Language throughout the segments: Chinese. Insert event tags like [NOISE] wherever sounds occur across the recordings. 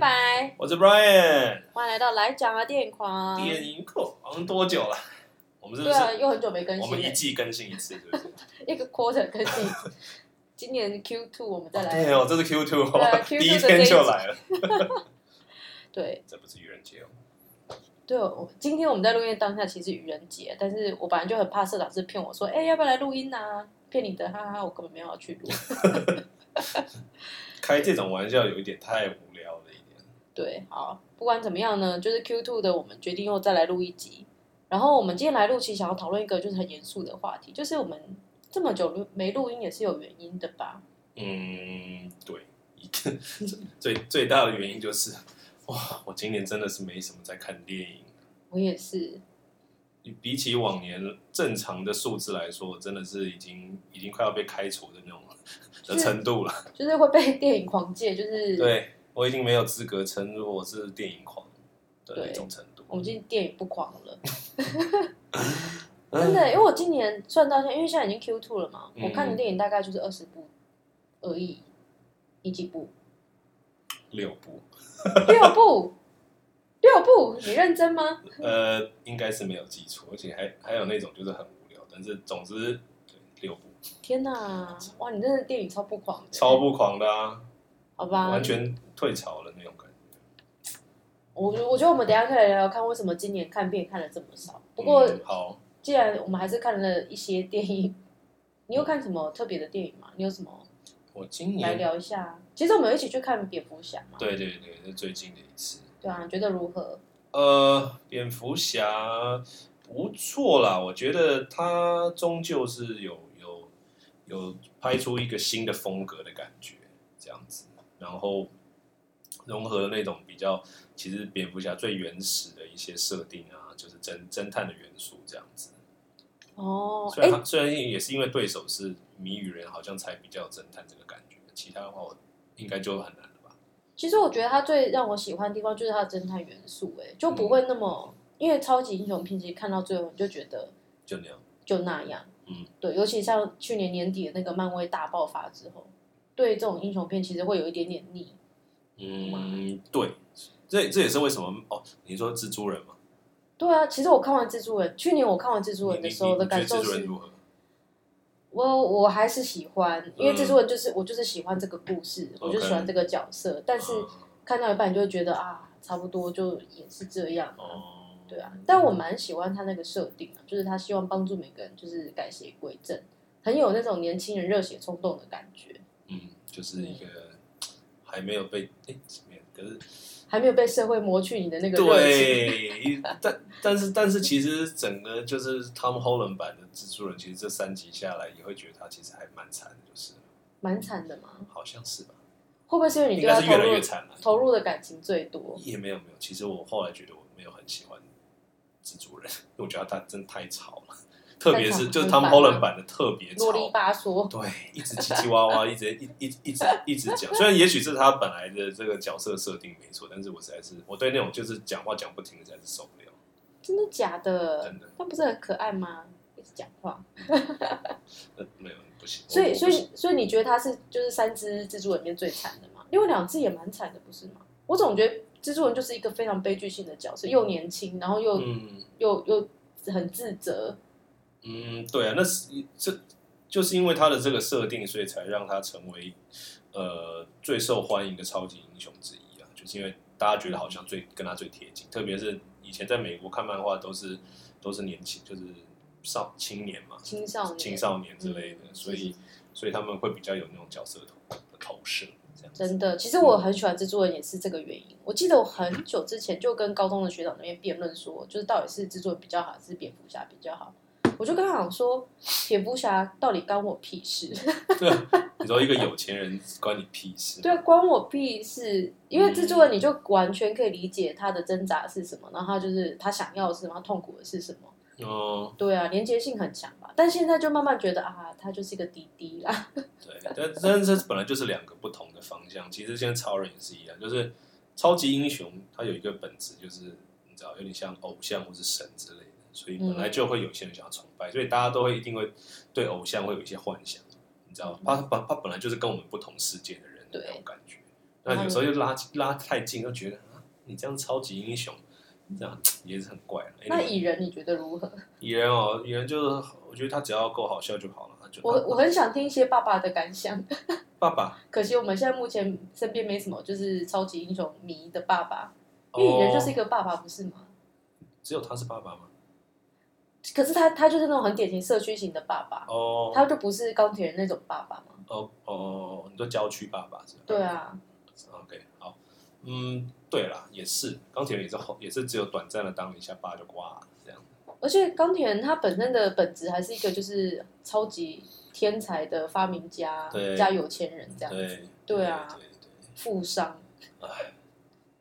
白，我是 Brian，欢迎来到来讲啊电影狂。电影狂多久了？我们是不对是、啊，又很久没更我新们了一，季更新一次，是 [LAUGHS] 不是？一个 quarter 更新一 [LAUGHS] 次。今年 Q two 我们再来。对哦，这是 Q two 对啊哦， Q2 [LAUGHS] 第一天就来了，对这不是愚人节哦。对，我今天我们在录音的当下其实愚人节，但是我本来就很怕社长是骗我说，哎、要不要来录音啊？骗你的，哈哈，我根本没有要去 [LAUGHS] 录。开这种玩笑有一点太无聊了一点。对，好，不管怎么样呢，就是 Q two 的，我们决定又再来录一集。然后我们今天来录，其实想要讨论一个就是很严肃的话题，就是我们这么久录没录音也是有原因的吧？嗯，对， [LAUGHS] 一个最最大的原因就是，哇，我今年真的是没什么在看电影。我也是，比起往年正常的数字来说，真的是已经已经快要被开除的那种了的是程度了。就是会被 [LAUGHS] 电影狂戒，就是对我已经没有资格称作我是电影狂的对一种程度。我们今天电影不狂了，嗯真的，因为我今年算到现在，因为现在已经 Q two 了嘛，嗯我看的电影大概就是二十部而已，你几部？六部，六部，六部，你认真吗？呃，应该是没有记错，而且还还有那种就是很无聊，但是总之对六部天哪，哇，你真的电影超不狂的，超不狂的啊，好吧，完全退潮了那种感觉。我我觉得我们等一下可以来聊聊看，为什么今年看片看了这么少。不过，嗯好，既然我们还是看了一些电影，你有看什么特别的电影吗？你有什么我今来年聊一下？其实我们有一起去看蝙蝠侠嘛，对对对，是最近的一次。对啊，你觉得如何？呃，蝙蝠侠不错啦，我觉得他终究是有有有拍出一个新的风格的感觉，这样子，然后融合了那种比较，其实蝙蝠侠最原始的一些设定啊，就是侦侦探的元素这样子。哦，虽哎、然他、虽然也是因为对手是谜语人，好像才比较有侦探这个感觉，其他的话我应该就很难了吧。其实我觉得他最让我喜欢的地方就是他的侦探元素、哎，就不嗯会那么、因为超级英雄片其实看到最后你就觉得就那样，就那样，嗯，对，尤其像去年年底的那个漫威大爆发之后，对这种英雄片其实会有一点点腻。嗯，对，这这也是为什么哦，你说蜘蛛人嘛。对啊，其实我看完蜘蛛人，去年我看完蜘蛛人的时候你的你你感觉受得蜘蛛人是，如何？我我还是喜欢，因为嗯蜘蛛人就是、我就是喜欢这个故事，我就喜欢这个角色，但是哦啊看到一半你就会觉得啊，差不多就也是这样啊、哦，对啊，但我蛮喜欢他那个设定啊，就是他希望帮助每个人就是改邪归正，很有那种年轻人热血冲动的感觉，嗯，就是一个还没有被哎，没有可是还没有被社会磨去你的那个热情。对，但但是但是其实整个就是 Tom Holland 版的蜘蛛人，其实这三集下来，也会觉得他其实还蛮惨的，就是蛮惨的嘛，好像是吧，会不会是因为你应对他该是投越来入越惨了。投入的感情最多？也没有没有，其实我后来觉得我没有很喜欢蜘蛛人，因为我觉得他真的太吵了，特别是太吵就是很 Tom 烦 Holland 啊版的特别吵啰，里吧嗦， [LAUGHS] 对，一直叽叽哇哇，一直一一一直一直讲。虽然也许是他本来的这个角色设定没错，但是我实在是我对那种就是讲话讲不停的实在是受不了，真的假的真？的，那不是很可爱吗？一直讲话，呃，没有不行。所我以我所不行以所以你觉得它是就是三只蜘蛛人里面最惨的吗？另外两只也蛮惨的，不是吗？我总觉得蜘蛛人就是一个非常悲剧性的角色，又年轻，然后又、嗯又又很自责，嗯，对啊，那是这就是因为他的这个设定，所以才让他成为呃最受欢迎的超级英雄之一啊，就是因为大家觉得好像最跟他最贴近，特别是以前在美国看漫画都是都是年轻，就是少青年嘛，青少年，青少年之类的，嗯所以所以他们会比较有那种角色投投射这样子。真的，其实我很喜欢蜘蛛人，也是这个原因。我记得我很久之前就跟高中的学长那边辩论说，就是到底是蜘蛛人比较好，还是蝙蝠侠比较好？我就跟他讲说，蝙蝠侠到底干我屁事？ [LAUGHS] 对，你说一个有钱人关你屁事？对啊，关我屁事！因为蜘蛛人，你就完全可以理解他的挣扎是什么，然后他就是他想要的是什么，他痛苦的是什么。哦，对啊，连接性很强吧？但现在就慢慢觉得啊，他就是一个滴滴啦。对，但但是这本来就是两个不同的方向。其实现在超人也是一样，就是超级英雄，他有一个本质就是你知道，有点像偶像或是神之类的，所以嗯本来就会有些人想要崇拜，所以大家都会一定会对偶像会有一些幻想，你知道，他他他本来就是跟我们不同世界的人的那种感觉。那有时候又拉拉太近，又觉得啊，你这样超级英雄，这样也是很怪。啊那 Anyway，蚁人你觉得如何？蚁人哦，蚁人就是我觉得他只要够好笑就好了。他就我我很想听一些爸爸的感想， [LAUGHS] 爸爸，可惜我们现在目前身边没什么就是超级英雄迷的爸爸，哦因为蚁人就是一个爸爸，不是吗？只有他是爸爸吗？可是他他就是那种很典型社区型的爸爸，哦，他就不是钢铁人那种爸爸嘛。哦哦，你说郊区爸爸是吧？对啊， OK，好，嗯，对啦，也是钢铁人也是后也是只有短暂的当了一下爸就挂了这样。而且钢铁人他本身的本质还是一个就是超级天才的发明家对加有钱人这样子，对对啊对对富商，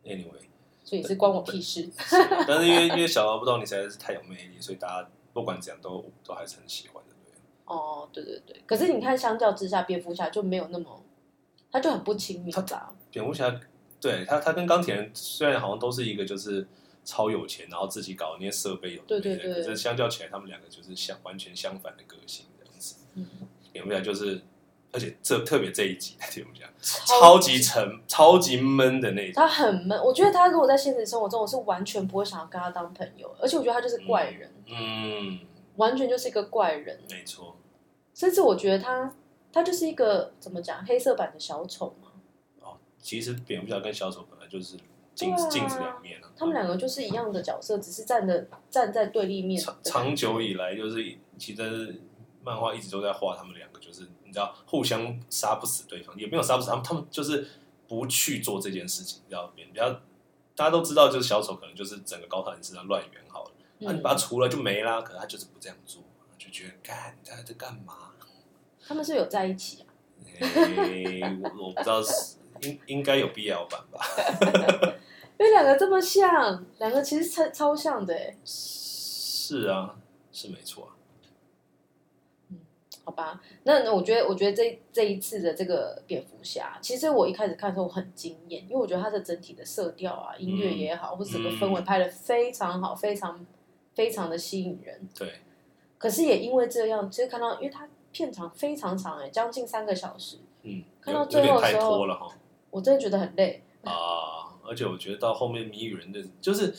对，Anyway， [LAUGHS] 所以是关我屁事。是但是因为因为小劳不到你实在是太有魅力，所以大家不管怎样都都还是很喜欢的，对。哦，对对对，可是你看，相较之下，蝙蝠侠就没有那么，他就很不亲民啦。蝙蝠侠对他他跟钢铁人虽然好像都是一个就是超有钱，然后自己搞那些设备有对的没的对对可是相较起来，他们两个就是相完全相反的个性这样子。嗯，蝙蝠侠就是，而且这特别这一集的蝙蝠侠超超级沉、超级闷的那一集。他很闷。我觉得他如果在现实生活中，我是完全不会想要跟他当朋友，而且我觉得他就是怪人，嗯，完全就是一个怪人。没错。甚至我觉得他，他就是一个怎么讲，黑色版的小丑嘛。其实蝙蝠侠跟小丑本来就是镜对子啊镜子两面啊，他们两个就是一样的角色，只是站的站在对立面的长感觉。长久以来就是其实漫画一直都在画他们两个，就是你知道互相杀不死对方，也没有杀不死他们，他们就是不去做这件事情，你知道比较大家都知道，就是小丑可能就是整个高塔人身上乱源好了，那、你嗯把他除了就没啦，可是他就是不这样做，就觉得干他在干 [LAUGHS] 嘛？他们是有在一起啊。诶，哎我我不知道是应应该有 BL 版吧？因为两个这么像，两个其实超超像的欸是啊，是没错啊。好吧，那那我觉得，我觉得这这一次的这个蝙蝠侠，其实我一开始看的时候很惊艳，因为我觉得它的整体的色调啊、音乐也好，或者整个氛围嗯拍的非常好，非常非常的吸引人。对，可是也因为这样，其实看到，因为它片长非常长、欸，将近三个小时，嗯，看有到有最后点的太时候拖了哈。我真的觉得很累。啊，而且我觉得到后面谜语人的，就是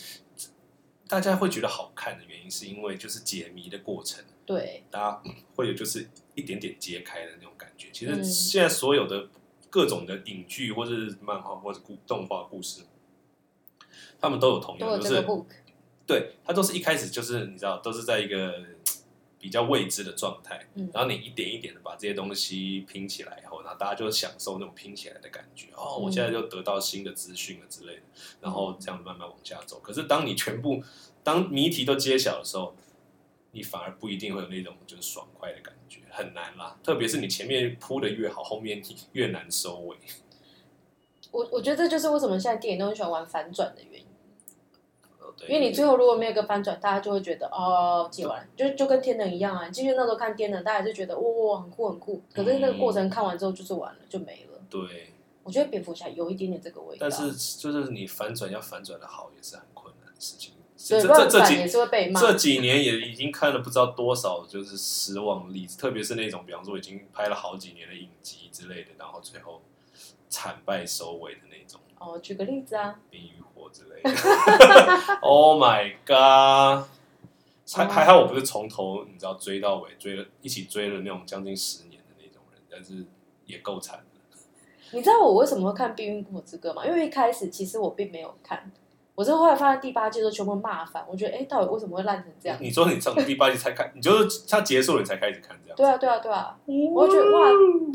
大家会觉得好看的原因，是因为就是解谜的过程，对，大家会有就是一点点揭开的那种感觉。其实嗯现在所有的各种的影剧，或是漫画，或是故动画故事，他们都有同都样有的，这嗯就是个 book，对，它都是一开始就是你知道，都是在一个嘖比较未知的状态，嗯然后你一点一点的把这些东西拼起来以后，然后大家就享受那种拼起来的感觉。哦，我现嗯在就得到新的资讯了之类的，然后这样慢慢往下走。可是当你全部当谜题都揭晓的时候，你反而不一定会有那种就是爽快的感觉，很难啦。特别是你前面铺的越好，后面你 [LAUGHS] 越难收尾。我我觉得这就是为什么现在电影都很喜欢玩反转的原因，呃对因为你最后如果没有一个反转，大家就会觉得哦，解完了就就跟天能一样啊。你继续那时候看天能，大家也是觉得哇、哇很酷很酷，可是那个过嗯程看完之后就是完了，就没了。对，我觉得蝙蝠侠有一点点这个味道，但是就是你反转要反转的好也是很困难的事情。对这这乱这反也几是会被骂。这几年也已经看了不知道多少就是失望的例子，特别是那种比方说已经拍了好几年的影集之类的，然后最后惨败收尾的那种哦，举个例子啊， 《冰与火》之类的。[LAUGHS] oh my god！还还好我不是从头你知道追到尾，追了一起追了那种将近十年的那种人，但是也够惨的。你知道我为什么会看《冰与火之歌》吗？因为一开始其实我并没有看，我是后来发现第八季都全部骂反，我觉得哎，到底为什么会烂成这样？你说你从第八集才看，你 [LAUGHS] 就是它结束了你才开始看这样。对啊，对啊，对啊，我我觉得哇，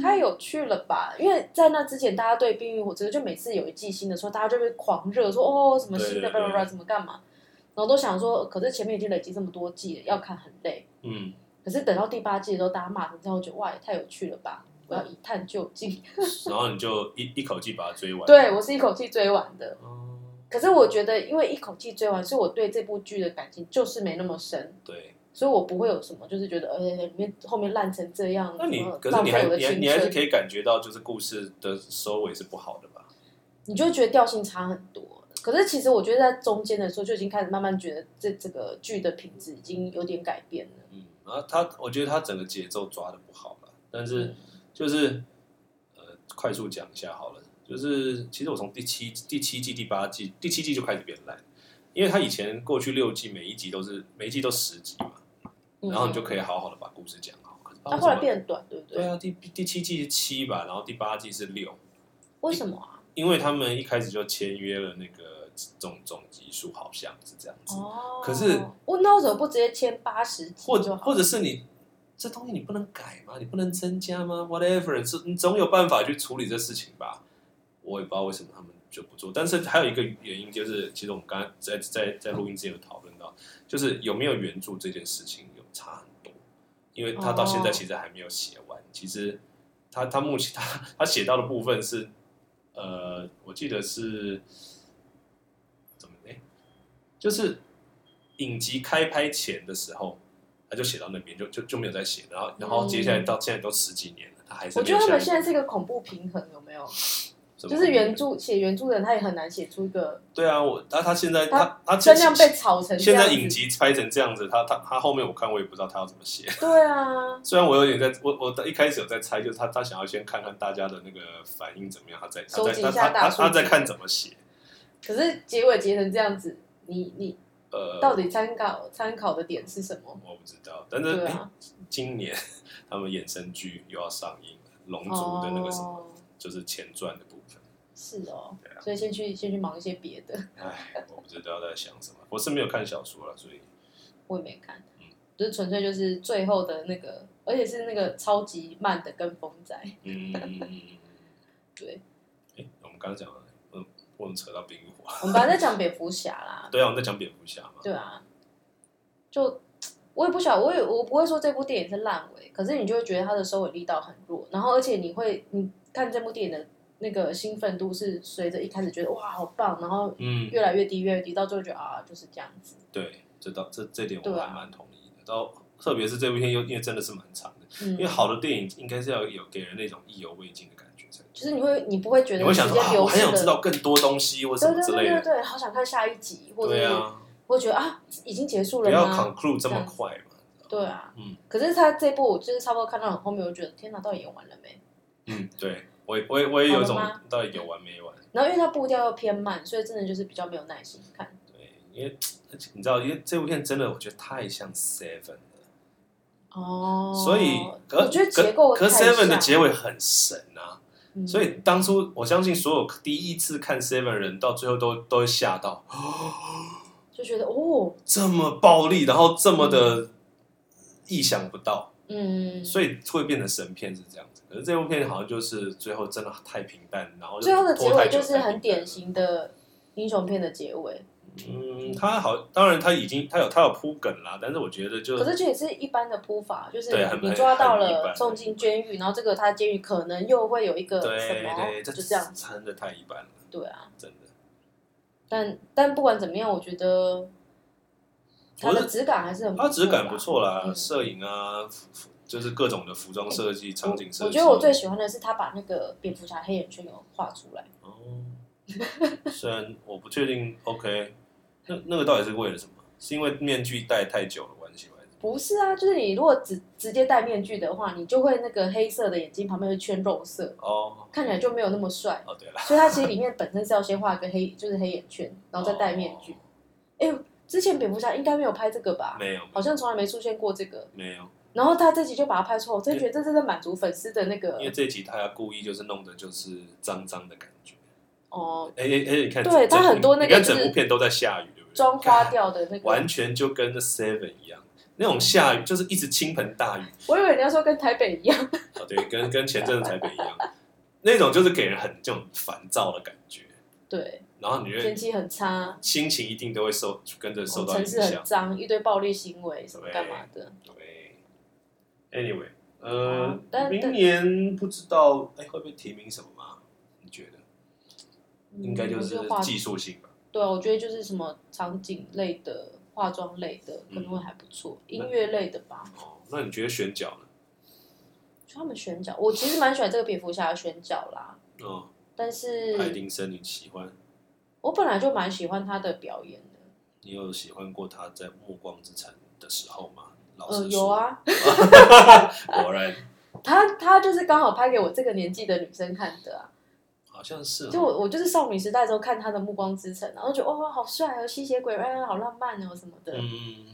太有趣了吧！因为在那之前，大家对《冰与火之歌》就每次有一季新的时候，大家就会狂热说哦，什么新的，对对巴对拉巴拉，怎么干嘛？然后都想说，可是前面已经累积这么多季了，要看很累。嗯，可是等到第八季的时候，大家骂成这样，我觉得哇，也太有趣了吧！我要一探究 [LAUGHS] 竟。然后你就一一口气把它追完。对我是一口气追完的，哦，可是我觉得因为一口气追完，所以我对这部剧的感情就是没那么深，对。所以我不会有什么就是觉得呃里面后面烂成这样，那你什么可是浪你费还我的你还青你还是春可以感觉到，就是故事的收尾是不好的吧？你就会觉得调性差很多。可是其实我觉得在中间的时候就已经开始慢慢觉得这这个剧的品质已经有点改变了。嗯，然后他我觉得他整个节奏抓的不好了，但是嗯就是呃，快速讲一下好了，就是其实我从第七第七季、第八季、第七季就开始变烂，因为他以前过去六季每一集都是每一季都十集嘛，嗯然后你就可以好好的把故事讲好。可是不知道那后来为什么变短，对不对啊，第第七季是七吧，然后第八季是六，为什么啊？因为他们一开始就签约了那个总总集数，好像是这样子，哦，可是我那为什么不直接签八十集或就者好？或者是你这东西你不能改吗？你不能增加吗？Whatever，是你总有办法去处理这事情吧。我也不知道为什么他们就不做，但是还有一个原因就是，其实我们刚才在在在录音之前有讨论到，就是有没有原著这件事情有差很多，因为他到现在哦其实还没有写完。其实他他目前他他写到的部分是，呃，我记得是怎么哎、就是影集开拍前的时候，他就写到那边，就就就没有再写，然后然后接下来到现在都十几年了，他还嗯是我觉得他们现在在是一个恐怖平衡，有没有？就是原著写原著的人，他也很难写出一个对啊，我他他现在他他真量被炒成这现样在子。影集拍成这样子，他他他后面我看我也不知道他要怎么写。 [LAUGHS] 对啊，虽然我有点在，我我一开始有在猜，就是他他想要先看看大家的那个反应怎么样，他再他收集再一他下他他大数据他再看怎么写。可是结尾结成这样子，你你呃，到底参考参考的点是什么？我不知道，但是、对诶啊，今年他们衍生剧又要上映了，《龙族》的那个什么，哦，就是前传的部分。是哦对，啊所以先去先去忙一些别的，唉，我不知道在想什么，我是没有看小说了，所以我也没看嗯， [LAUGHS] 就是纯粹就是最后的那个，而且是那个超级慢的跟风仔，嗯， [LAUGHS] 对，哎、我们刚刚讲了，嗯，我们扯到冰与火，我们本来在讲蝙蝠侠 [LAUGHS] 啦，对啊，我们在讲蝙蝠侠嘛，对啊，就我也不晓，我也我不会说这部电影是烂尾，可是你就会觉得它的收尾力道很弱，然后而且你会你看这部电影的那个兴奋度是随着一开始觉得哇好棒，然后嗯，越来越低越来越低，到最后觉得啊就是这样子，对，这到这这点我对还啊蛮同意的，到特别是这部片又因为真的是蛮长的，嗯，因为好的电影应该是要有给人那种意犹未尽的感觉才对，就是你会你不会觉你得会时想说间啊，我流很逝想知的。道更多东西或什对么对之对类对的，对，好想看下一集，或者对是啊，我会觉得啊，已经结束不了要吗？ conclude 这这么样子快嘛，对啊，嗯可是他这部我就是差不多看到很后面，我就觉得天哪，到底演完了没？嗯，对我也我也我也有一种好了吗到底有完没完。然后因为它步调又偏慢，所以真的就是比较没有耐心看。对，因为你知道，因为这部片真的我觉得太像 Seven 了，哦，所以可我觉得结构可可太像 Seven 的结尾很神啊，嗯所以当初我相信所有第一次看 Seven 的人到最后都都会吓到， [GASPS] 哦就觉得哦，这么暴力，然后这么的意想不到，嗯，所以会变成神片是这样子。可是这部片好像就是最后真的太平淡，然后就最后的拖结尾太久就是太很平淡典型的英雄片的结尾，嗯，他好，当然他已经他有他有铺梗啦，但是我觉得就可是这也是一般的铺法，就是对很你抓到很一了般送进监狱，然后这个他监狱可能又会有一个什对么，对，就这这样，真的太一般了，对啊。真的。但但不管怎么样，我觉得它我的是质感还是很它质感啦不错啦，嗯摄影啊，服服就是各种的服装设计、场景设计。我觉得我最喜欢的是他把那个蝙蝠侠黑眼圈有画出来，哦，虽然我不确定，OK，那那个到底是为了什么？是因为面具戴太久的关系吗？还是不是啊，就是你如果直直接戴面具的话，你就会那个黑色的眼睛旁边有一圈肉色，哦看起来就没有那么帅。哦，对了，所以它其实里面本身是要先画一个黑，就是黑眼圈，然后再戴面具哦。哎、呦，之前蝙蝠侠应该没有拍这个吧？没有，好像从来没出现过这个。没有，然后他这集就把它拍出来，我真觉得这真的满足粉丝的那个因为这集他故意就是弄的就是脏脏的感觉。哦哎哎哎，你看整，对它整很多那个你看就是整部片都在下雨，对不对？妆花掉的那完个。全就跟那 Seven 一样，那种下雨就是一直倾盆 [LAUGHS] 大雨，我以为你要说跟台北一样。 [LAUGHS] 啊，对，跟跟前阵子台北一样，那种就是给人很这种烦躁的感觉，对，然后你天会气很差，心情一定都会受跟着受到影城市响很。脏，一堆暴力行为什么对干嘛的。对，Anyway，呃好，但明年不知道哎会不会提名什么吗？你觉得嗯应该就我是觉得化技术性吧？对啊，我觉得就是什么场景类的、化妆类的可嗯能会还不错，音乐类的吧。哦，那你觉得选角呢？就他们选角，我其实蛮喜欢这个蝙蝠侠的选角啦，哦，但海是丁森你喜欢？我本来就蛮喜欢他的表演的。你有喜欢过他在《暮光之城》的时候吗？老呃，实有说，啊， [LAUGHS] 果然他他就是刚好拍给我这个年纪的女生看的啊。好像是哦，就我我就是少女时代的时候看他的《暮光之城》，然后觉得哇、好帅哦，吸血鬼，哎，好浪漫哦什么的。嗯，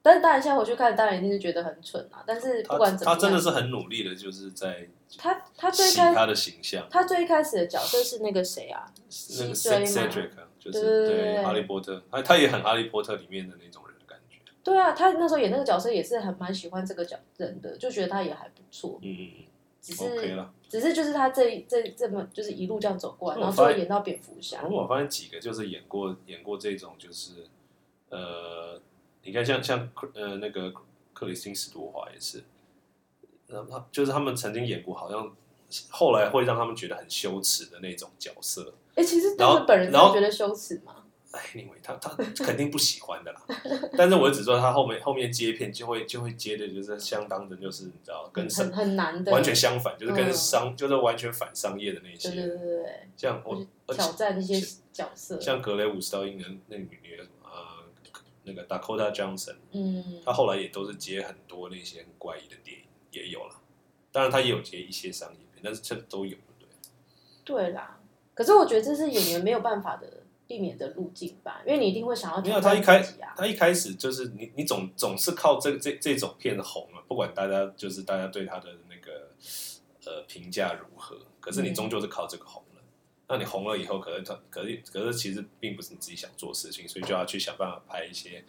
但是当然现在回去看，当然一定是觉得很蠢啊。但是他不管怎么样，他真的是很努力的，就是在他他最洗开他的形象，他最开始的角色是那个谁啊？那个吸追 Ced- 嘛 Cedric 啊就是对对对对哈利波特，他他也很哈利波特里面的那种人的感觉，对啊，他那时候演那个角色也是很蛮喜欢这个角人的，就觉得他也还不错。嗯嗯嗯只是、 ，OK 了。只是就是他这这这么就是一路这样走过来，嗯然后我发最后现演到蝙蝠侠然。后我发现几个就是演过演过这种就是呃，你看像像呃那个克里斯汀·斯图华也是，然后他就是他们曾经演过，好像后来会让他们觉得很羞耻的那种角色。哎、其实然他后们本人真然的后觉得羞耻吗？哎，因为他他肯定不喜欢的啦。但是我只说他后面后面接片就会就会接的就是相当的，就是你知道跟商很很难的，完全相反，就是跟嗯商、就是完全反商业的那对对些，对对像就我是而对，且挑战一些角色。像格雷五十刀英的那个女女的什么呃那个 Dakota Johnson，嗯，她后来也都是接很多那些很怪异的电影，也有了。当然她也有接一些商业片，但是这都有，对不对？对啦。可是我觉得这是演员没有办法的避免的路径吧，因为你一定会想要没挑有，她战一开自己啊。她一开始就是你你总总是靠这这这种片红啊了，不管大家就是大家对她的那个呃评价如何，可是你嗯终究是靠这个红了。那你红了以后，可能她可是可是其实并不是你自己想做的事情，所以就要去想办法拍一些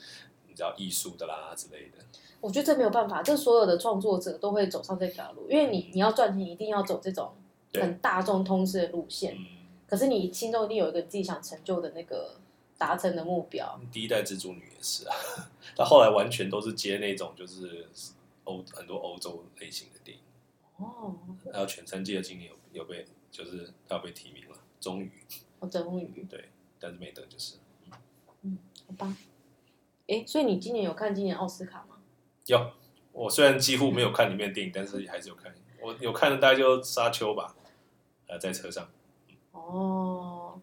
你知道艺术的啦之类的。我觉得这没有办法，这所有的创作者都会走上这条路，因为你你要赚钱，一定要走这种嗯对很大众通吃的路线。嗯。可是你心中一定有一个自己想成就的那个达成的目标，第一代蜘蛛女也是啊， [LAUGHS] 她后来完全都是接那种就是欧很多欧洲类型的电影，哦，还有《全三季的今年有有被就是她有被提名了，终于，我终于，对，但是没得就是好吧。哎，所以你今年有看今年奥斯卡吗？有。我虽然几乎没有看里面的电影，但是还是有看，我有看的大概就《沙丘》吧，呃，在车上，哦，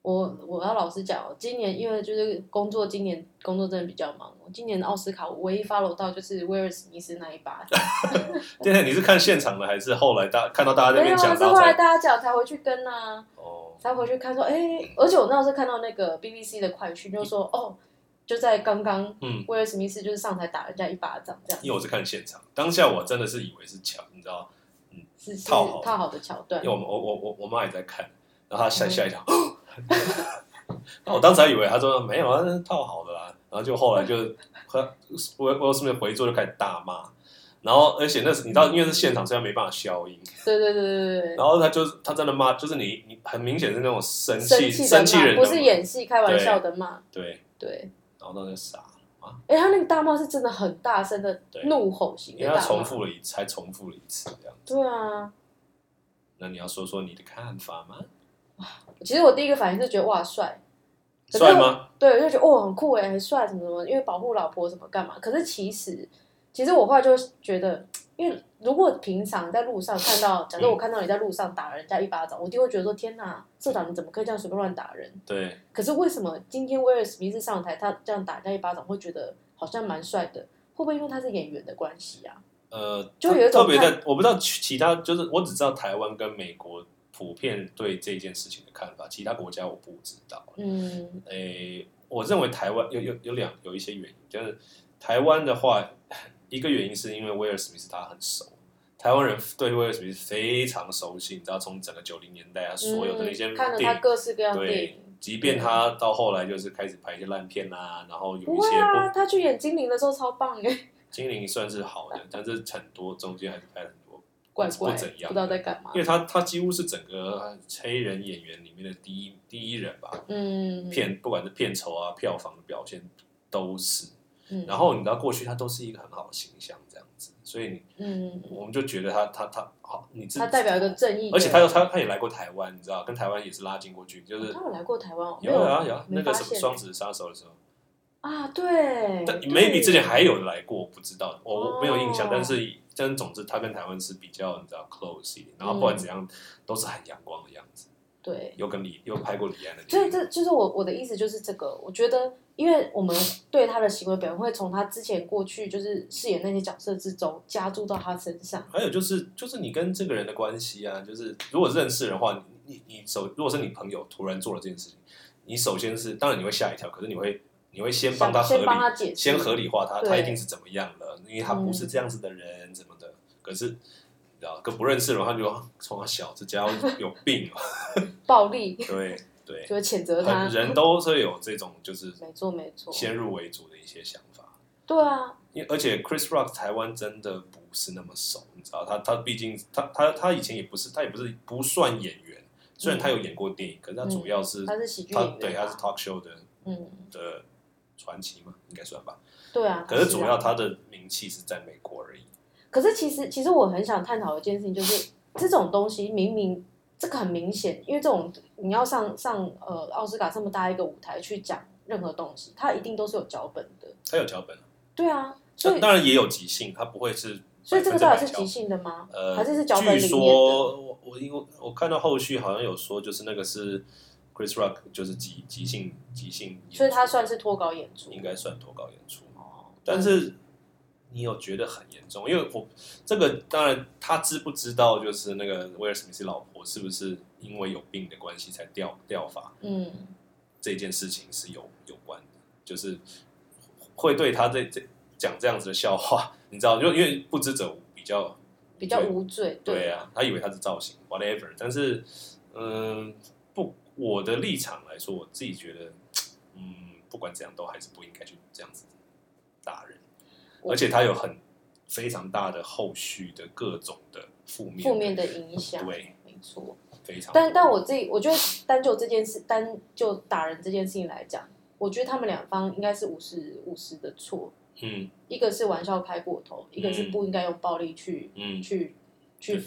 我我要老实讲哦，今年因为就是工作，今年工作真的比较忙。我今年的奥斯卡我唯一 follow 到就是威尔史密斯那一把，对对，你是看现场的还是后来大看到大家在那没有边啊，讲是到后来才？大家讲才回去跟啊。哦，才回去看说，哎、而且我那时候看到那个 BBC 的快讯，就说哦，就在刚刚，嗯，威尔史密斯就是上台打人家一巴掌，这样因为我是看现场，当下我真的是以为是巧，你知道，是是套好套好的桥段因为。我们我我我我妈也在看，然后她吓吓一跳，那我当时还以为她说没有啊，那是套好的啦，然后就后来就和我我顺便回座就开始大骂，然后而且那是你知道，因为是现场，所以她没办法消音，对对对对对然后她就是她真的骂，就是你你很明显是那种生对，气生生气气的人骂，的不嘛是演戏开玩笑的骂，对，对。然后当时傻，哎、他那个大骂是真的很大声的对怒吼型因为的她大重骂，复了一次，还重复了一次这样。对啊。那你要说说你的看法吗？其实我第一个反应是觉得哇帅，可是帅吗？对，我就觉得哦很酷哎，很帅什么什么，因为保护老婆什么干嘛？可是其实，其实我后来就觉得，因为如果平常在路上看到，假设我看到你在路上打人家一巴掌，我就会觉得说天哪，社长你怎么可以这样随便乱打人？对，可是为什么今天威尔史密斯上台，他这样打人家一巴掌，会觉得好像蛮帅的？会不会因为他是演员的关系啊？呃，就特有一种特别看在我不知道其其他，就是我只知道台湾跟美国普遍对这件事情的看法，其他国家我不知道。嗯诶、我认为台湾有有有两有一些原因，就是台湾的话，一个原因是因为威尔史密斯他很熟，台湾人对威尔史密斯非常熟悉，你知道从整个九零年代啊，所有的那些嗯、看了电他影各式各样的对电影。即便他到后来就是开始拍一些烂片啦、然后有一些不会啊，不他去演精灵的时候超棒哎，精灵算是好的，但是很多中间还是拍了很多怪怪，不怎样的，不知道在干嘛因。为他他几乎是整个黑人演员里面的第一第一人吧，嗯，片不管是片酬啊、票房的表现都是。嗯，然后你知道过去他都是一个很好的形象这样子，所以你嗯，我们就觉得他他他好，你自他代表一个，正义的，而且他又他他也来过台湾，你知道，跟台湾也是拉近过距，就哦是他有来过台湾哦，有没啊有啊，没那个发什么现双子杀手的时候，啊，对，但对 maybe 之前还有来过，我不知道，我我没有印象哦，但是但总之他跟台湾是比较你知道 close 一点，然后不管怎样都是很阳光的样子。对，又跟李又拍过李安的所电以影，这就是我我的意思，就是这个。我觉得，因为我们对他的行为表现，会从他之前过去就是饰演那些角色之中加注到他身上。还有就是就是你跟这个人的关系啊，就是如果认识的话，你你你首如果是你朋友突然做了这件事情，你首先是当然你会吓一跳，可是你会你会先帮他合先帮理他解释，先合理化他，对嗯他一定是怎么样了，因为他不是这样子的人怎么的，可是。你知道跟不认识的人，他就说啊从他小这家伙有病啊， [LAUGHS] 暴力，对对，就会谴责他很。人都是有这种就是没错，没错，先入为主的一些想法。对啊，因为而且 Chris Rock 台湾真的不是那么熟，你知道他他毕竟他他他以前也不是他也不是不算演员，虽然他有演过电影，可是他主要是、嗯他是喜剧他演员，对他是，talk show 的嗯，的传奇嘛，应该算吧。对啊。可是主要啊，他的名气是在美国而已。可是其实其实我很想探讨一件事情，就是这种东西明明这个很明显，因为这种你要上上呃奥斯卡这么大一个舞台去讲任何东西，它一定都是有脚本的。他有脚本，对啊，所那以当然也有即兴，他不会是所以这个到百底分是即之百脚本兴的吗？呃，还是是脚本据里面的？说我我因为我看到后续好像有说，就是那个是 Chris Rock 就是即即兴即兴演出，所以他算是脱稿演出。应该算脱稿演出。哦，但是你有觉得很严重？因为我这个当然他知不知道，就是那个威尔史密斯老婆是不是因为有病的关系才掉掉发嗯，这件事情是有有关的，就是会对他这这讲这样子的笑话，你知道，就因为不知者无比较比较无罪。对，啊，他以为他是造型，whatever。但是，嗯，不，我的立场来说，我自己觉得，嗯，不管怎样，都还是不应该去这样子打人。我而且他有很非常大的后续的各种的负面负面的影响。对，没错。非常多。但但我自己，我觉得单就这件事，单就打人这件事情来讲，我觉得他们两方应该是五十五十的错，嗯一个是玩笑开过头，一个是不应该用暴力去、嗯，去去对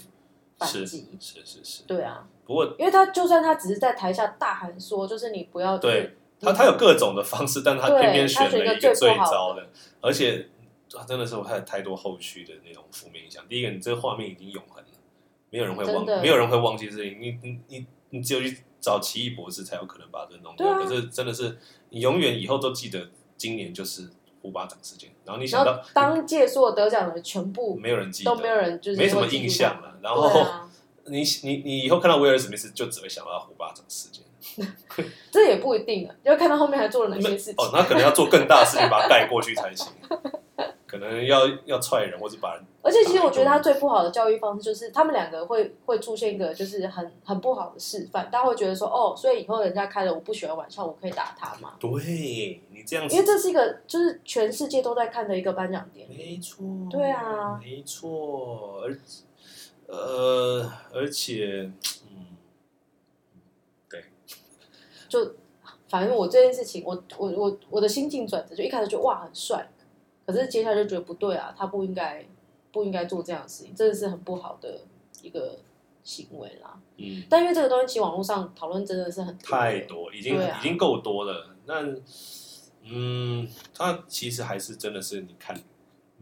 反是击。是是是。对啊，不过因为他就算他只是在台下大喊说，就是你不要对他他有各种的方式，但他偏偏选了一对他选一个个最最不好的糟的，而且啊真的是我看了太多后续的那种负面影响。第一个，你这个画面已经永恒了，没有人会忘真的，没有人会忘记这事情。你你你你只有去找奇异博士才有可能把这弄对掉。啊可是真的是你永远以后都记得今年就是胡巴掌事件，然后你然想后到当届所有得奖的人全部没有人记得，都没有人，就是没什么会记住印象了。然他。后、对啊，你你你以后看到威尔史密斯就只会想到胡巴掌事件。这也不一定啊，要看他后面还做了哪些事情。哦，那可能要做更大的事情把它盖过去才行，可能要要踹人或者把人而且其实我觉得他最不好的教育方式就是他们两个会会出现一个就是很很不好的示范，大家会觉得说哦，所以以后人家开了我不喜欢玩笑，我可以打他嘛，对你这样因为子，这是一个就是全世界都在看的一个颁奖典礼。没错，对啊没错，而呃，而且嗯，就反正我这件事情，我我我我的心境转折，就一开始觉得哇很帅，可是接下来就觉得不对啊，他不应该不应该做这样的事情，真的是很不好的一个行为啦。嗯，但因为这个东西，其实网络上讨论真的是很多太，多，已经、对啊已经够多了。那嗯，他其实还是真的是你看。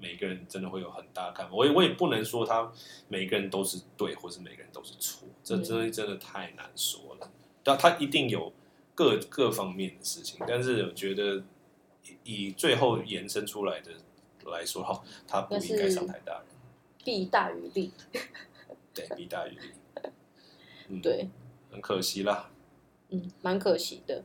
每个人真的会有很大的看法，我也我也不能说他每个人都是对，或是每个人都是错，这嗯真的真的太难说了。但他一定有各各方面的事情，但是我觉得以以最后延伸出来的来说，哈，他不应该上台大人，弊大于利。对，弊大于利，嗯，，对，很可惜啦。嗯，蛮可惜的。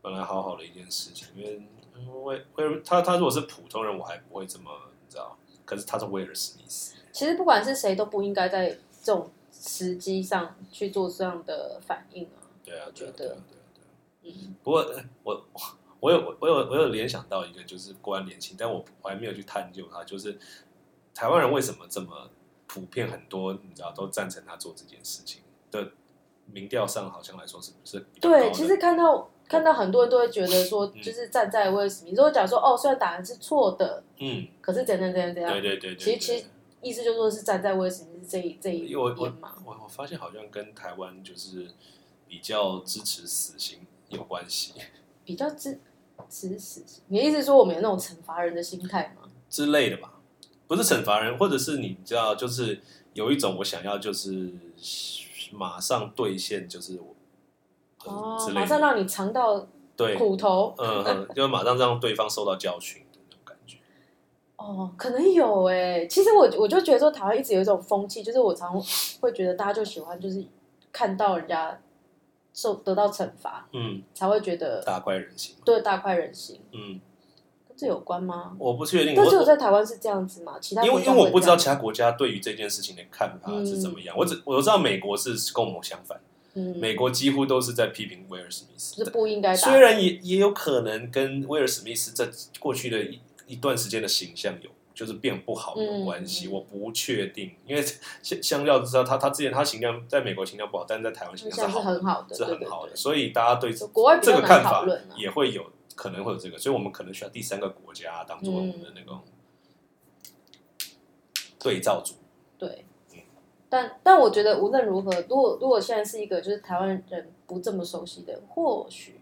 本来好好的一件事情，因为因为威尔他他如果是普通人，我还不会这么你知道，可是他是威尔史密斯，其实不管是谁都不应该在这种时机上去做这样的反应啊。对啊，对啊觉得对啊对啊对啊。嗯，不过呃我我有我有我有联想到一个就是关联性，但我我还没有去探究它，就是台湾人为什么这么普遍很多你知道都赞成他做这件事情的民调上好像来说是是比较高对，的其实看到看到很多人都会觉得说，嗯就是站在威尔史密斯，都会讲说哦，虽然打人是错的，嗯，可是怎样怎样怎对样，对对对，其实对其实意思就是说是站在威尔史密斯这一这一因为我我边嘛。我我发现好像跟台湾就是比较支持死刑有关系比较支持死刑，你的意思是说我们有那种惩罚人的心态吗？之类的吧，不是惩罚人，或者是你知道，就是有一种我想要就是马上兑现，就是我呃哦嗯之，类的马上让你尝到对，苦头嗯嗯，就马上让对方受到教训的那种感觉。哦，可能有哎、其实我我就觉得说，台湾一直有一种风气，就是我常会觉得大家就喜欢就是看到人家受得到惩罚，嗯，才会觉得大快人心。对大快人心，嗯，跟这有关吗？我不确定，但我只有在台湾是这样子嘛，其他因国为家因为我不知道会这其样他国家对于这件事情的看法是怎么样，我只我知道美国是跟我们相反，嗯，美国几乎都是在批评威尔史密斯就是，不应该打，虽然也也有可能跟威尔史密斯这过去的一一段时间的形象有就是变不好有关系，嗯嗯我不确定，因为相相较之下，他他之前他形象在美国形象不好，但是在台湾形印象象是是好的，很好的，是对很对好的，对，所以大家对就国外比这较个难看讨法论啊，也会有可能会有这个，所以我们可能需要第三个国家当做我们的嗯那种对照组。对嗯。但但我觉得无论如何，如果如果现在是一个就是台湾人不这么熟悉的，或许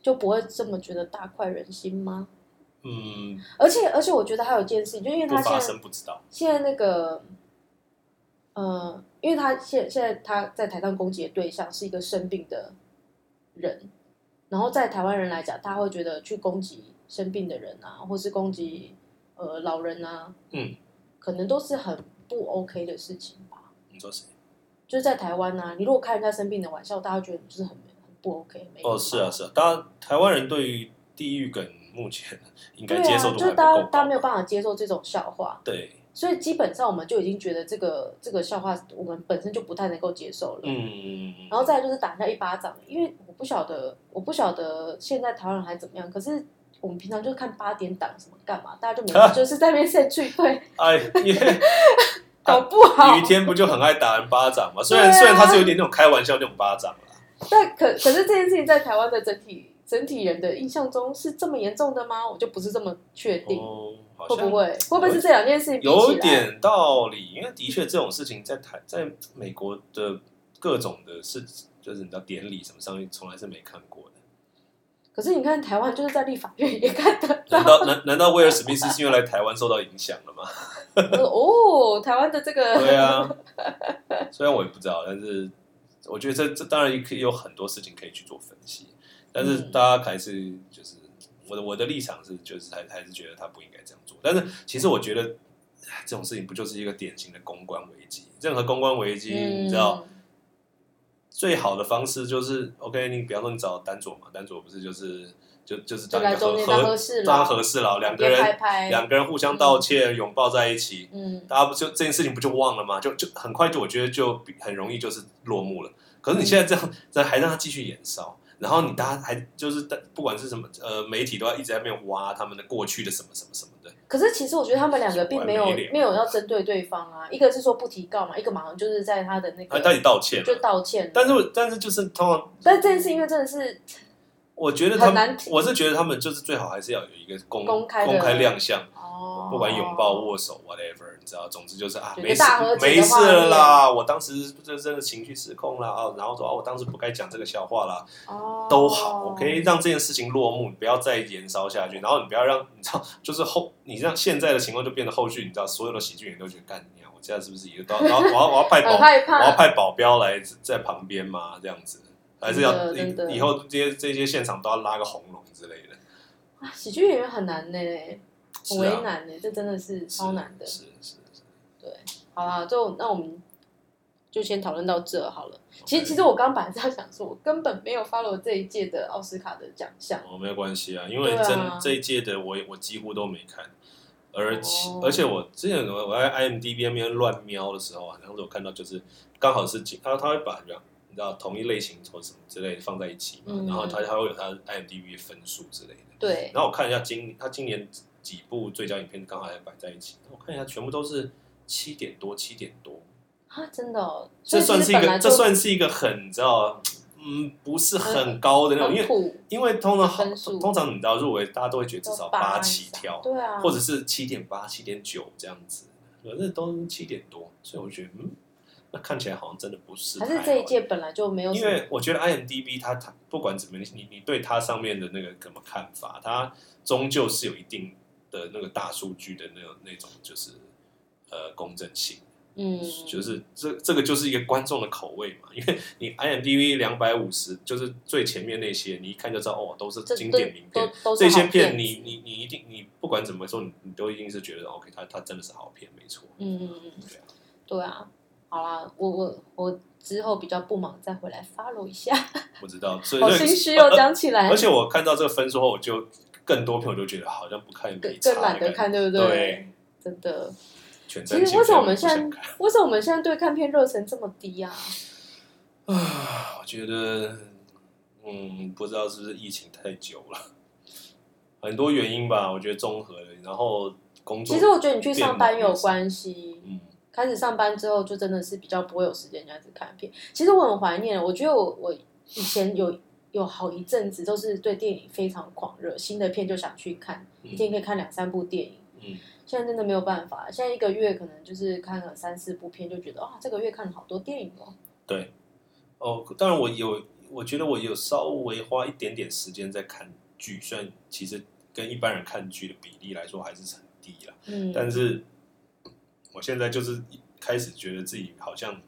就不会这么觉得大快人心吗？嗯，而且而且我觉得还有一件事情，就因为不他发现在生不知道。现在那个，呃，因为他现现在他在台上攻击的对象是一个生病的人，然后在台湾人来讲，他会觉得去攻击生病的人啊，或是攻击呃老人啊，嗯，可能都是很不 OK 的事情吧。你说谁？就是在台湾啊，你如果开人家生病的玩笑，大家觉得你就是很很不 OK，没礼貌哦，是啊，是啊，大家台湾人对于地域梗 [LAUGHS] 目前应对该接受啊，度就是还不大家够大家没有高。办法接受这种笑话，对，所以基本上我们就已经觉得这个这个笑话我们本身就不太能够接受了。嗯，然后再来就是打人家一巴掌，因为我不晓得我不晓得现在台湾人还怎么样，可是我们平常就看八点档什么干嘛，大家就没事就是在那边晒去对，哎，因为搞不 [LAUGHS] 好雨。啊天不就很爱打人 [LAUGHS] 巴掌吗？虽对然啊虽然他是有点那种开玩笑那种巴掌啦，但可可是这件事情在台湾的整体整体人的印象中是这么严重的吗？我就不是这么确定。哦，好会像不会会不会是这两件事情比起来有点道理，因为的确这种事情在台在美国的各种的事，就是你知道典礼什么上面从来是没看过 [LAUGHS] 的。可是你看台湾就是在立法院也看得 [LAUGHS] 到，难道难难道威尔史密斯是因为来台湾受到影响了吗？我说哦，台湾的这 [LAUGHS] 个对啊，虽然我也不知道，但是我觉得这这当然也可以有很多事情可以去做分析，但是嗯大家还是就是我的我的立场是就是还还是觉得他不应该这样做，但是其实我觉得。唉这种事情不就是一个典型的公关危机？任何公关危机，嗯你知道，最好的方式就是 OK，你比方说你找丹佐嘛，丹佐不是就是就就是当一就来个中合间合当和事佬当和事佬，两个别拍人拍，两个人互相道歉，拥抱在一起，嗯，大家不就这件事情不就忘了吗？就就很快就我觉得就比很容易就是落幕了。可是你现在这样，这还让他继续延烧，然后你大家还就是不管是什么呃媒体都要一直在那边挖他们的过去的什么什么什么的，可是其实我觉得他们两个并没有没脸没有要针对对方啊，一个是说不提告嘛，一个马上就是在他的那他到底个道歉就了。道歉了，但是我但是就是通常但这件事因为真的是我觉得他很难们，我是觉得他们就是最好还是要有一个公公开的公开亮相。哦，不管拥抱、握手，whatever，你知道，总之就是啊，有一个没事大和解没的事画面了啦，我当时就真的情绪失控啦，啊，然后说啊，我当时不该讲这个笑话啦，哦都好，OK，让这件事情落幕，不要再延烧下去，然后你不要让你知道， [LAUGHS] 就是后你让现在的情况就变得后续，你知道，所有的喜剧演员都觉得干你啊，我现在是不是一个都要，然后我要我要派 [LAUGHS] 保很害我要怕，派保镖来在旁边吗？这样子，还是要真的真的以以后这些这些现场都要拉个红龙之类的，啊喜剧演员很难呢，很是为啊，难呢，这真的是是超难的。是是是，好啦，就那我们就先讨论到这好了。其实， OK 其实我刚本来是要想说，我根本没有 follow 这一届的奥斯卡的奖项。哦，没有关系啊，因为对真、啊这一届的我也我几乎都没看，而且、哦而且我之前我我在 IMDB 那边乱瞄的时候啊，当时我看到就是刚好是几他他会把你知道同一类型或什么之类的放在一起嘛，嗯然后他他会有他 IMDB 的分数之类的，对，然后我看一下今他今年几部最佳影片刚好还摆在一起，我看一下全部都是七点多七点多，啊，真的、哦，所这以算其实是一本个来这就算是一个很你知道嗯不是很很高的那种，因为很普因为通常分数通常你知道入围，大家都会觉得至少都八八以起上跳，对啊，或者是七点八、七点九这样子，可是都七点多，所以我觉得嗯，那看起来好像真的不是还太是好这一。届本来就没有什因么，为我觉得 IMDB 它它不管怎么你你你对它上面的那个怎么看法，它终究是有一定的那个大数据的那种那种就是呃公正性，嗯，就是这这个就是一个观众的口味嘛，因为你嗯 IMDB 两百五十就是最前面那些，你一看就知道哦，都是这经典名都片。都这是些好片你你你一定你不管怎么说，你你都一定是觉得 OK，它它真的是好片，没错。嗯嗯嗯，对啊，对啊，好啦，我我我之后比较不忙再回来 follow 一下，我知道，所以好那个心虚哦，讲起来 [LAUGHS] 而，且我看到这个分数后，我就更多朋友就觉得好像不看也没更差更懒得感觉，看，对不对真的，全其身实为什么我们不现想在看为什么我们现在对看片热忱这么低啊？ [LAUGHS] 啊？我觉得，嗯，不知道是不是疫情太久了，很多原因吧，我觉得综合的，然后工作，其实我觉得你去变上班忙有也是关系，嗯，开始上班之后，就真的是比较不会有时间这样子看片。其实我很怀念，我觉得我我以前有有好一阵子都是对电影非常狂热，新的片就想去看，嗯一天可以看两三部电影。嗯，现在真的没有办法，现在一个月可能就是看个三四部片，就觉得啊，这个月看了好多电影哦。对，哦，当然我有，我觉得我有稍微花一点点时间在看剧，虽然其实跟一般人看剧的比例来说还是很低啦。嗯，但是我现在就是一开始觉得自己好像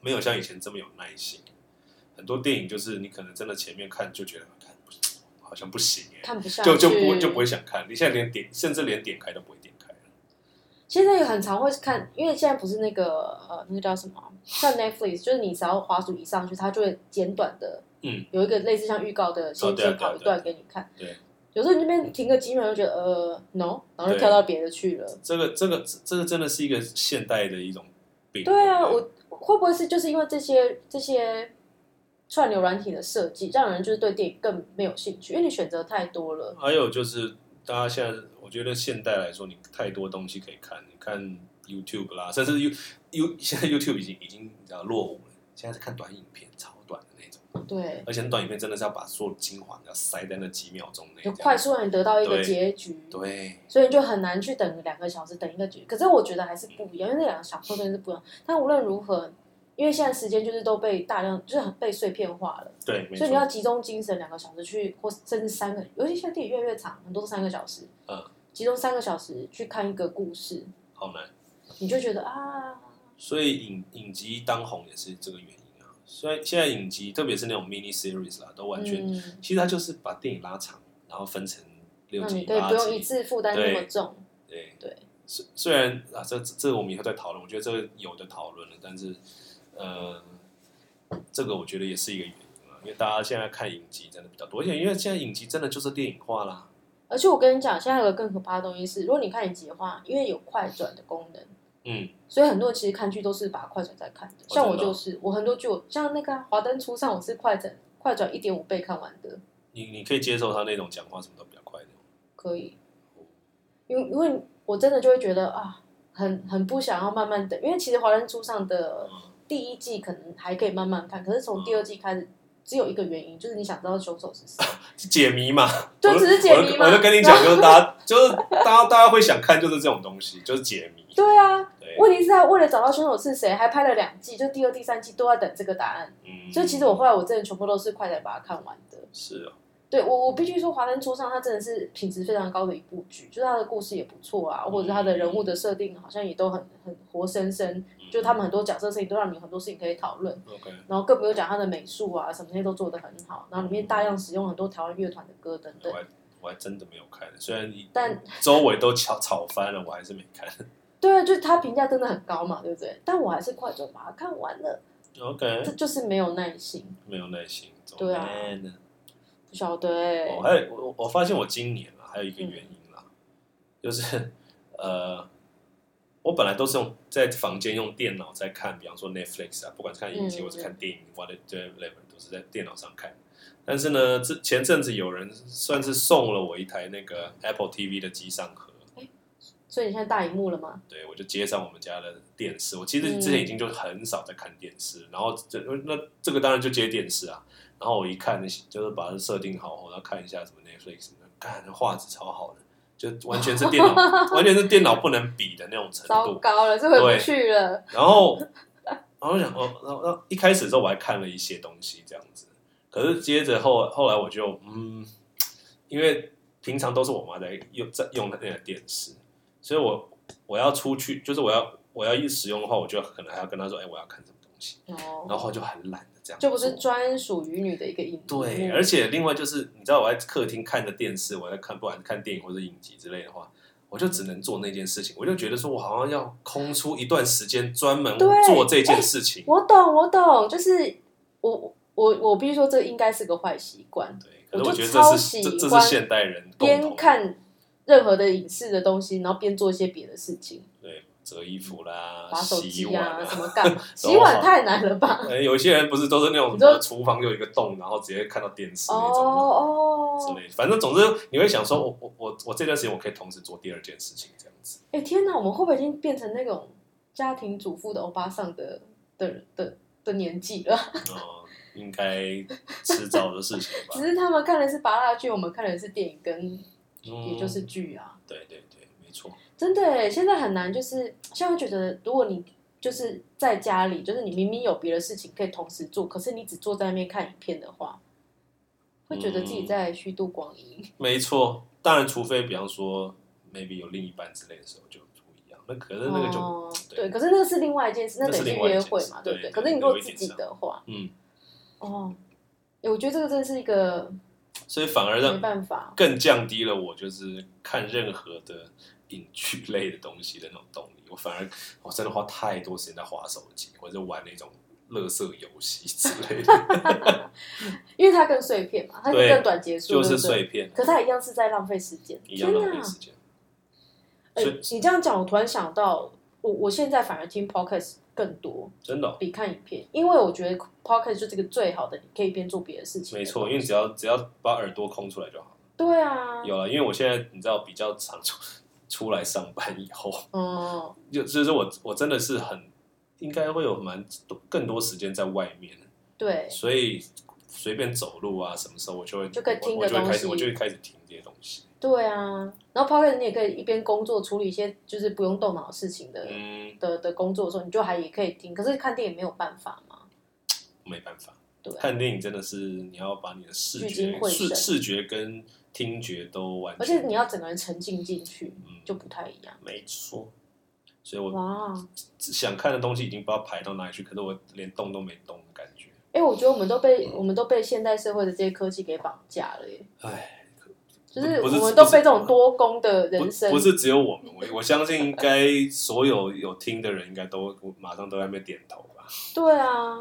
没有像以前这么有耐心。很多电影就是你可能真的前面看就觉得看不好像不行哎、看不下去，就就不就不会想看。你现在连点甚至连点开都不会点开了。现在也很常会看，因为现在不是那个呃，那个叫什么啊，像 Netflix，就是你只要滑鼠一上去，它就会简短的，嗯，有一个类似像预告的，先对啊先跑对啊一段给你看。对，有时候你那边停个几秒，就觉得呃 no，然后就对跳到别的去了。这个这个这个真的是一个现代的一种病。对啊，不我会不会是就是因为这些这些串流软体的设计，让人就是对电影更没有兴趣，因为你选择太多了。还有就是，大家现在我觉得现代来说，你太多东西可以看，你看 YouTube 啦，甚至 You You 现在 YouTube 已经已经你知道落伍了，现在是看短影片，超短的那种，对，而且那短影片真的是要把所有精华要塞在那几秒钟内，就快速让你得到一个对结局。这样。对，所以就很难去等两个小时等一个局。可是我觉得还是不一样，因为那两个小时真的是不一样。但无论如何，因为现在时间就是都被大量就是很被碎片化了，对，没所以你要错，集中精神两个小时去，或甚至三个，尤其现在电影越来越长，很多都三个小时，嗯，集中三个小时去看一个故事，好难。你就觉得啊，所以影影集当红也是这个原因啊。虽然现在影集，特别是那种 mini series 啦，都完全，嗯，其实它就是把电影拉长，然后分成六那集、你嗯对八不用集一，次负担那么重，对对，虽虽然啊，这这这个我们以后再讨论，我觉得这个有的讨论了，但是呃，这个我觉得也是一个原因啊，因为大家现在看影集真的比较多，而且因为现在影集真的就是电影化啦，而且我跟你讲，现在有个更可怕的东西是，如果你看影集的话，因为有快转的功能。嗯，所以很多人其实看剧都是把快转在看的，哦像我真的就哦是，我很多剧我像那个啊《华灯初上》，我是快转快转一点五倍看完的，你你可以接受他那种讲话什么都比较快的，可以，因为因为我真的就会觉得啊，很很不想要慢慢等，因为其实《华灯初上》的嗯，第一季可能还可以慢慢看，可是从第二季开始。只有一个原因，就是你想知道凶手是谁，解谜嘛，就我只是解谜嘛。哦我就我就跟你然讲，后，就是大家就是大家大家会想看就是这种东西，就是解谜，对啊，对，问题是他为了找到凶手是谁，还拍了两季，就第二、第三季都在等这个答案。嗯，所以其实我后来我真的全部都是快点把它看完的。是哦，对我，我必须说，《华灯初上》它真的是品质非常高的一部剧，就是它的故事也不错啊，或者是它的人物的设定好像也都很很活生生，嗯就他们很多角色设定都让你很多事情可以讨论， OK，然后更不用讲它的美术啊什么那些都做得很好，然后里面大量使用很多台湾乐团的歌等等我。还我还真的没有看，虽然你但周围都吵吵翻了，我还是没看。对啊，就是它评价真的很高嘛，对不对？但我还是快就把它看完了， OK，这就是没有耐心，没有耐心，怎对么啊办呢？不晓得欸我、哦还有我我发现我今年啊，还有一嗯个原因啦，就是呃，我本来都是用在房间用电脑在看，比方说 Netflix 啊，不管是看影集嗯或是看电影，whatever 都是在电脑上看。但是呢，这前阵子有人算是送了我一台那个 Apple TV 的机上盒，所以你现在大荧幕了吗？对，我就接上我们家的电视。我其实之前已经就很少在看电视，然后这那这个当然就接电视啊。然后我一看，就是把它设定好，然后看一下什么 Netflix，看画质超好的，就完全是电脑，完全是电脑不能比的那种程糟度。糕了，这回不去了。然后，然后我想，哦，然后然后一开始的时候我还看了一些东西这样子，可是接着后后来我就嗯，因为平常都是我妈在用在用那个电视，所以我我要出去，就是我要我要一使用的话，我就可能还要跟他说，哎、我要看什么东西，哦，然后就很懒的这样做，就不是专属于你的一个荧幕。对，而且另外就是，你知道我在客厅看着电视，我在看不管看电影或者影集之类的话，我就只能做那件事情。我就觉得说，我好像要空出一段时间专门对做这件事情。 [LAUGHS] 我懂，我懂，就是我我我必须说，这应该是个坏习惯。对，可是我我就觉得超这喜是这这欢是现代人共同边的看任何的影视的东西，然后边做一些别的事情，对折衣服啦、划手洗机碗啊，什啊。么干 [LAUGHS] 嘛？洗碗太难了吧？呃有一些人不是都是那种你什么说厨房有一个洞，然后直接看到电视哦那种吗之哦，类的。反正总之你会想说，我我我我这段时间我可以同时做第二件事情这样子。哎、天哪，我们会不会已经变成那种家庭主妇的欧巴桑的的的的年纪了？哦，应该迟早的事情吧。只是他们看的是拔蜡剧，我们看的是电影跟嗯也就是剧啊。对对对，没错，真的耶，现在很难，就是现在会觉得，如果你就是在家里，就是你明明有别的事情可以同时做，可是你只坐在那边看影片的话，会觉得自嗯己在虚度光阴。没错。当然，除非比方说 maybe 有另一半之类的时候就不一样，那可是那个就、哦、对对，可是那个是另外一件事，那那得是去另外一约件事会嘛，对不对可对是你如果有一自点己像的话，嗯，哦，哎我觉得这个真的是一个所以反而没让办法。更降低了我就是看任何的影剧类的东西的那种动力。我反而我真的花太多时间在划手机或者玩那种乐色游戏之 [LAUGHS] 类的，因为它更碎片嘛，它对更短结束，就是对不对碎片，可它一样是在浪费时间，一样浪天费哪时间。哎、所以你这样讲，我突然想到，我我现在反而听 podcast 更多，真的哦、比看影片，因为我觉得 podcast 就是个最好的，你可以边做别的事情。没错，因为只要只要把耳朵空出来就好了。对啊，有了，因为我现在你知道比较常出出来上班以后，嗯，就就是我我真的是很应该会有蛮多更多时间在外面，对，所以随便走路啊，什么时候我就会就可以听我我个就会开东西始我就会开始听这些东西。对啊。然后 podcast 你也可以一边工作处理一些就是不用动脑的事情的、嗯，的的工作的时候，你就还也可以听。可是看电影没有办法嘛，没办法，对啊、看电影真的是你要把你的视聚精觉会视神视觉跟听觉都完全，而且你要整个人沉浸进去，嗯，就不太一样。没错。所以我哇，想看的东西已经不知道排到哪里去，可是我连动都没动的感觉。哎、我觉得我们都被我们都被现代社会的这些科技给绑架了耶。唉，就是不我是们都不是被这种多功的人生，不不是只有我们，我我相信应该所有有听的人应该都马上都在那边点头吧。对啊，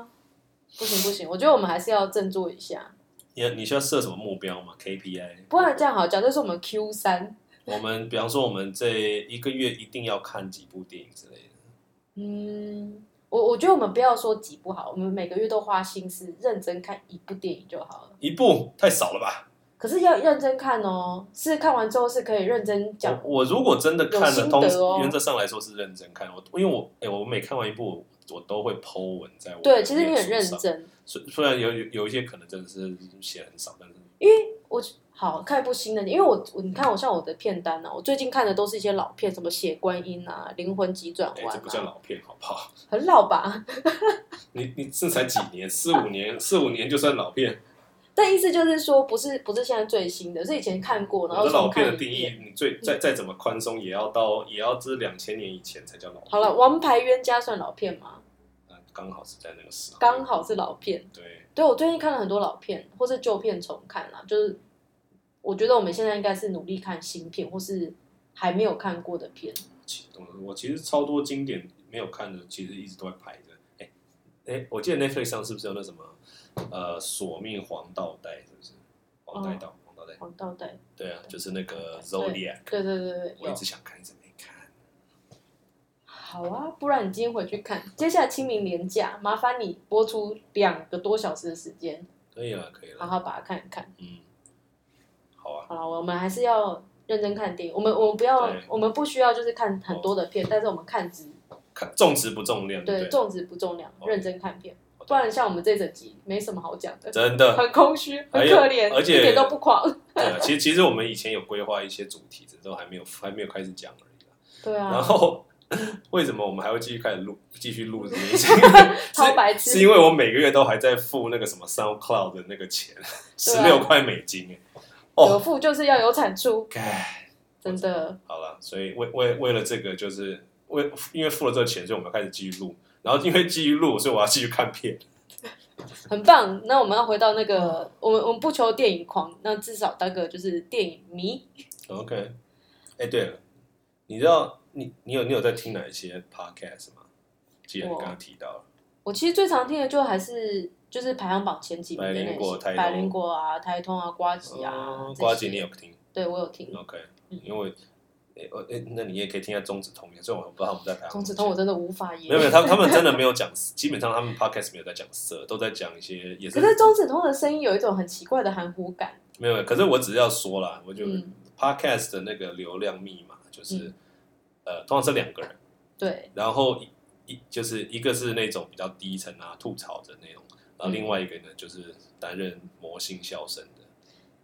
不行不行，我觉得我们还是要振作一下，你你需要设什么目标吗？KPI？不然这样好，假设是我们 Q 三，我们比方说我们这一个月一定要看几部电影之类的。嗯，我我觉得我们不要说几部好，我们每个月都花心思认真看一部电影就好了。一部太少了吧？可是要认真看哦，是看完之后是可以认真讲我我如果真的看有心了，得通哦原则上来说是认真看。我因为我哎、我每看完一部，我我都会 Po 文在我对，的其实你很脸认书上。真，虽虽然有有有一些可能真的是写很少，但是我好看一部新的，因为我我你看我像我的片单啊，我最近看的都是一些老片，什么《血观音》啊，《灵魂急转哎、弯这》不叫啊，老片好不好？很老吧？你你这才几年，四五年，四五年就算老片。但意思就是说，不是不是现在最新的，是以前看过，然我后的老重片看的一定遍。义，你最再再怎么宽松，也要到也要这两千年以前才叫老片。好了，《王牌冤家》算老片吗？啊，刚好是在那个时候。刚好是老片。对，对我最近看了很多老片，或是旧片重看啦，就是我觉得我们现在应该是努力看新片，或是还没有看过的片。其我我其实超多经典没有看的，其实一直都在排着。哎、哎、我记得 Netflix 上是不是有那什么呃《索命黄道带》是不是？黄带道，黄道带，黄道带，对啊，就是那个 Zodiac，哦对对对对，我一有直想看，一直没看。好啊，不然你今天回去看。接下来清明连假，麻烦你播出两个多小时的时间，可以了，可以好了，好把它看一看。嗯，好啊，好了，我们还是要认真看电影。我们我们不要对，我们不需要就是看很多的片，但是我们看值看重质不重量，对对，哦重质不重量， OK 认真看片。好的不然像我们这整集没什么好讲的，真 [LAUGHS] 的。很空虚，很还有可怜，哎而且一点都不狂。对啊，其实其实我们以前有规划一些主题，只是都还没有还没有开始讲而已啦。对然啊，后 [LAUGHS] 为什么我们还会继续开始录继续录这件事？是 [LAUGHS] 超白痴是因为我每个月都还在付那个什么 SoundCloud 的那个钱，对十啊六块美金耶。有哦，付就是要有产出，该真的。好了，所以为为为了这个，就是为因为付了这个钱，所以我们要开始继续录，然后因为继续录，所以我要继续看片。很棒。那我们要回到那个，我们我们不求电影狂，那至少当个就是电影迷。 OK，哎、对了，你知道你你有你有在听哪一些 podcast 吗？既然你刚刚提到了，我其实最常听的就还是就是排行榜前几名的百灵那果台些，通百灵果啊、台通啊、瓜吉啊嗯，这瓜些姐你有哦听对我有听。 ？OK，嗯因为哎我哎，那你也可以听一下中子通，虽然我不知道他们在排行钟榜子前通我真的无法言没有没有，语。 [LAUGHS] 他们他们真的没有讲，基本上他们 podcast 没有在讲色，都在讲一些也可是钟子通的声音有一种很奇怪的含糊感。没有，没有可是我只要说啦，我就、嗯 podcast 的那个流量密码就是、呃，通常是两个人，对，然后一一就是一个是那种比较低层啊吐槽的那种，然嗯后另外一个呢、就是担任魔性笑声的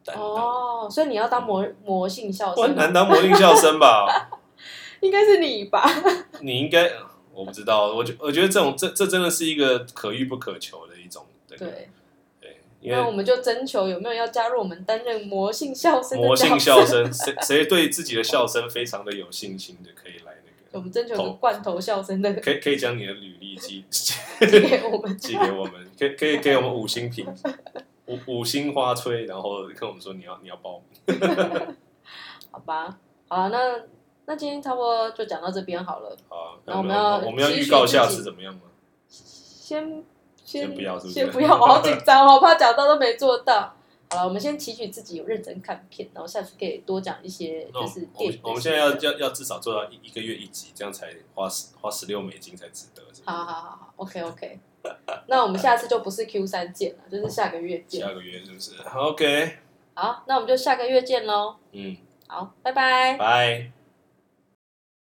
担当。哦，所以你要当魔魔性笑哎我很声难吗，当魔性笑声吧？应该是你吧？你应该我不知道，我觉我觉得这种这这真的是一个可遇不可求的一种这个对，对，因为那我们就征求有没有要加入我们担任魔性笑声的魔角性色 [LAUGHS] 笑，声，谁谁对自己的笑声非常的有信心的，可以来我那个，们征求一个罐头笑声的可以可以将你的履历寄寄给我们。寄给我们，可以可以给我们五星评，五五星花吹，然后跟我们说你要你要报名。 [LAUGHS] 好吧，好啊，那那今天差不多就讲到这边好了。好啊，那那我我们们要要我们要期许预告一下自己是怎么样吗？先先不要是不是先不要，我好紧张哦，我怕讲到都没做到。好了，我们先提取自己有认真看片，然后下次可以多讲一些那我就是们我电们影。我们现在要，要要至少做到一一个月一集，这样才花十花十六美金才值得。是不是好好好好，OK OK。那我们下次就不是 Q 三见了，就是下个月见。 [LAUGHS] 下个月是不是好？OK，好，那我们就下个月见喽。嗯，好，拜拜。拜。